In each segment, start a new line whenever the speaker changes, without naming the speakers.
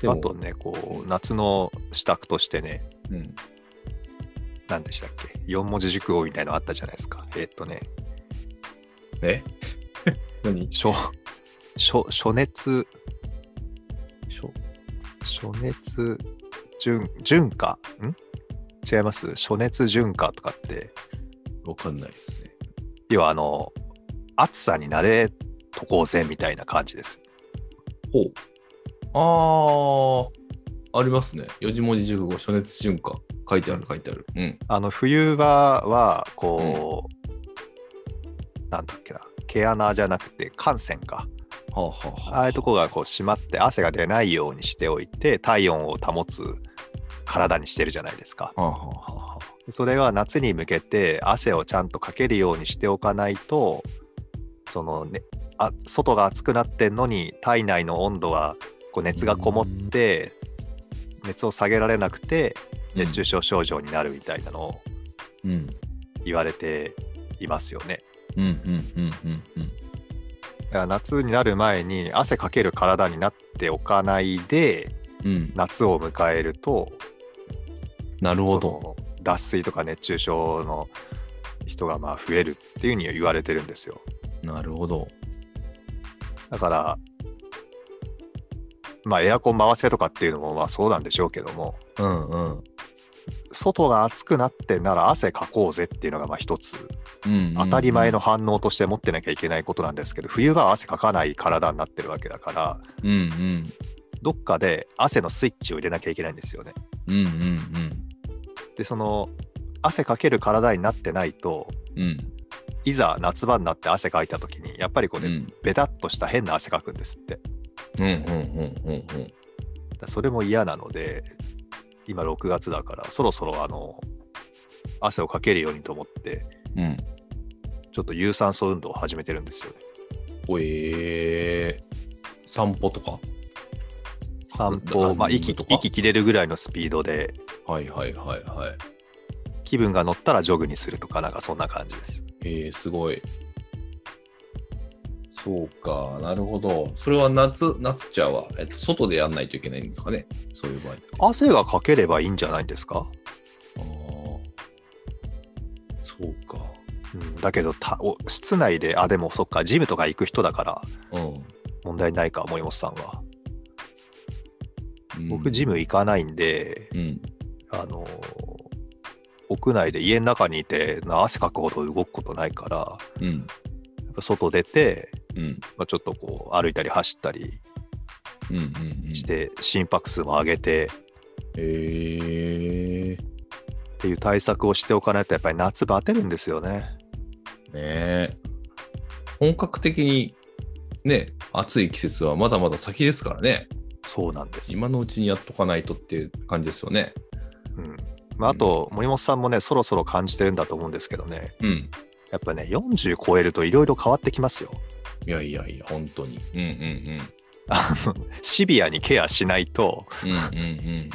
でも
あとね、こう、夏の支度としてね、
うん、
何でしたっけ、4文字熟語みたいのあったじゃないですか。えーっとね、
え 何
暑、暑、暑熱、暑、暑熱順、順化ん違います暑熱順化とかって、
わかんないですね。
要はあの、暑さに慣れとこうぜみたいな感じです。
ほう。あー、ありますね。四字文字熟語、暑熱順化。書いてある、書いてある。うん。
あの、冬場は、こう、なんだっけな、毛穴じゃなくて汗腺か。
はあ、はあはあ、
ああいうとこがこう締まって汗が出ないようにしておいて体温を保つ体にしてるじゃないですか。
はあ、はあ、はあはあ。
それは夏に向けて汗をちゃんとかけるようにしておかないとその、ね、あ外が暑くなってんのに体内の温度はこう熱がこもって熱を下げられなくて熱中症症状になるみたいなのを
うん。
言われていますよね。
うん、うん、うん、うん、うん。
だから夏になる前に汗かける体になっておかないで
うん、
夏を迎えると
なるほど。
その脱水とか熱中症の人がまあ増えるっていうふうに言われてるんですよ
なるほど。
だからまあエアコン回せとかっていうのもまあそうなんでしょうけども
うん、うん。
外が暑くなってんなら汗かこうぜっていうのがまあ一つ
うん
当たり前
の。
の反応として持ってなきゃいけないことなんですけど冬場は汗かかない体になってるわけだから
うん、うん。
どっかで汗のスイッチを入れなきゃいけないんですよね
うん、うん、
でその汗かける体になってないと
うん。うん。
いざ夏場になって汗かいた時にやっぱりこ
う
れ
ん、
ベタっとした変な汗かくんですって。
うん、うん、うん、うん。うん
だからそれも嫌なので、今6月だから、そろそろあの、汗をかけるようにと思って、
うん。
ちょっと有酸素運動を始めてるんですよね。
おえー、散歩とか
散
ランニン
歩、
グ
まあ、息
とか
息切れるぐらいのスピードで、
はいはいはいはい。
気分が乗ったらジョグにするとか、なんかそんな感じです。
えー、すごい。そうか、なるほど。それは夏、夏ちゃんは、えっと、外でやんないといけないんですかね。そういう場合って。
汗がかければいいんじゃないんですか、
あーそうか。
うん、だけどたお、室内で、あ、でもそっか、ジムとか行く人だから、
う
問題ないか、森本さんは。
ん。
僕、ジム行かないんで、
うん。
あの屋内で家の中にいてな汗かくほど動くことないから
うん。
やっぱ外出て、
うん。
まあ、ちょっとこう歩いたり走ったり
うん。うん。うん
し。て、心拍数も上げて
えー、
っていう対策をしておかないとやっぱり夏バテるんですよね。
ねえ。本格的に、ね、暑い季節はまだまだ先ですからね。
そうなんです、
今のうちにやっとかないとっていう感じですよね。
うんまあ、あと森本さんもねそろそろ感じてるんだと思うんですけどね
うん。
やっぱね40超えるといろいろ変わってきますよ。
いやいやいや、本当に。うんう
あのシビアにケアしないと
んうん。うんうん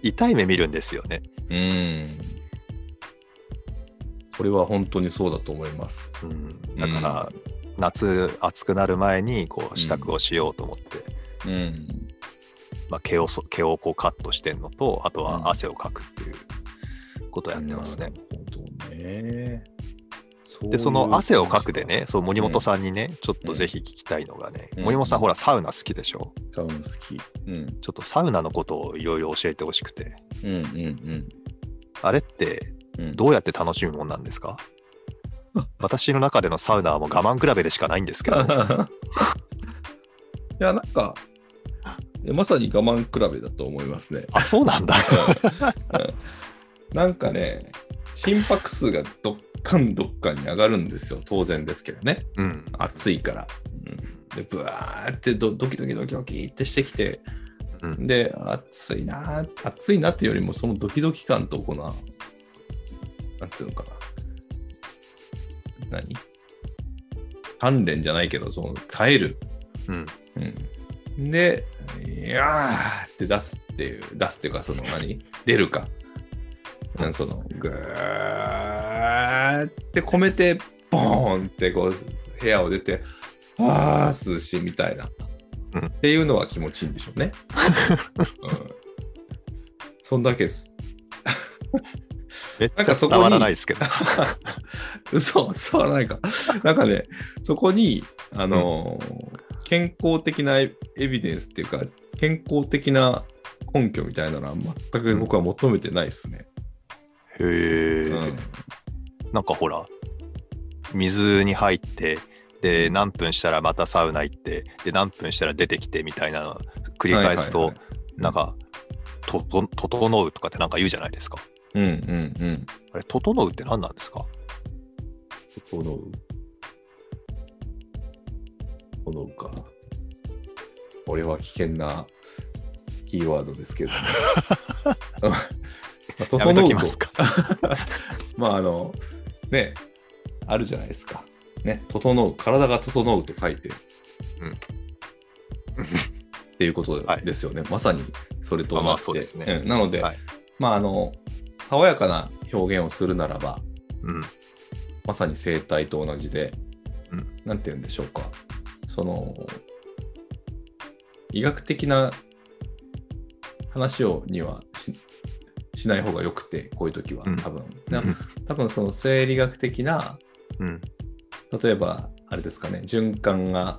痛い目見るんですよね。
うん。うん。これは本当にそうだと思います。
うん、だから、夏暑くなる前にこう支度をしようと思って、
うん。
まあ、毛をそ毛をこうカットしてんのとあとは汗をかくっていうことをやってますね。。
なるほどね。
でその汗をかくで
そういう
ねそう森本さんにね、ちょっとぜひ聞きたいのがね、
うん
森本さんほらサウナ好きでしょ
話。サウナ好き。うん。
ちょっとサウナのことをいろいろ教えてほしくて
うんうん
あれって
うんうん。
どうやって楽しむもんなんです か私の中でのサウナはもう我慢比べでしかないんですけど
いや、なんか、まさに我慢比べだと思いますね。
あそうなんだ
うんなんかね、心拍数がどっかんどっかに上がるんですよ、当然ですけどね、
うん
暑いから。うん、で、ブワーってどドキドキドキドキってしてきて、
うん
で、暑いなー、暑いなっていうよりも、そのドキドキ感と、この、なんていうのかな、何鍛錬じゃないけど、その耐える
うん
うん、で、いやーって出すっていう、出すっていうか、その何出るか。うんその、ぐーって込めて、ボーンってこう、部屋を出て、あー、涼しいみたいな。
うん
っていうのは気持ちいいんでしょ うね。うん、そんだけです。
めっち
なん
ゃ
かそこ
伝
に
わらないですけど。
嘘そうはないか。なんかね、そこに、あのー健康的なエビデンスっていうか、健康的な根拠みたいなのは全く僕は求めてないですね。
へえ、
うん
なんかほら、水に入って、で、何分したらまたサウナ行って、で、何分したら出てきてみたいなのを繰り返すと、
はいはい
なんか、とと整うとかってなんか言うじゃないですか。
うんうんうん。
あれ、整うって何なんですか
整う。整うか。俺は危険なキーワードですけ ど、ね。うんまあ
やめと
整
き
う
ますか。
まああのねあるじゃないですか。ね「整う」「体が整う」と書いて。
うん
っていうこと
はい
ですよね、まさにそれと同じ
まあまあそうですね
うんなので、
はい
まああの爽やかな表現をするならば
うん。
まさに生態と同じで、
うん
なんて言うんでしょうかその医学的な話をにはししない方がよくてこういう時は
うん
多分、な多分その生理学的な
うん。
例えばあれですかね循環が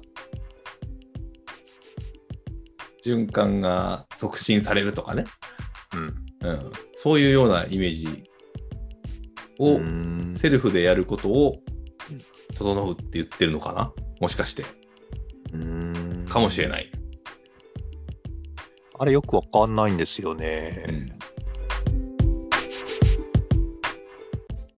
循環が促進されるとかね、
うん。
うん、そういうようなイメージを、
うーん
セルフでやることを
うん
整うって言ってるのかなもしかして。
うーん
かもしれない。
あれよくわかんないんですよね。
うん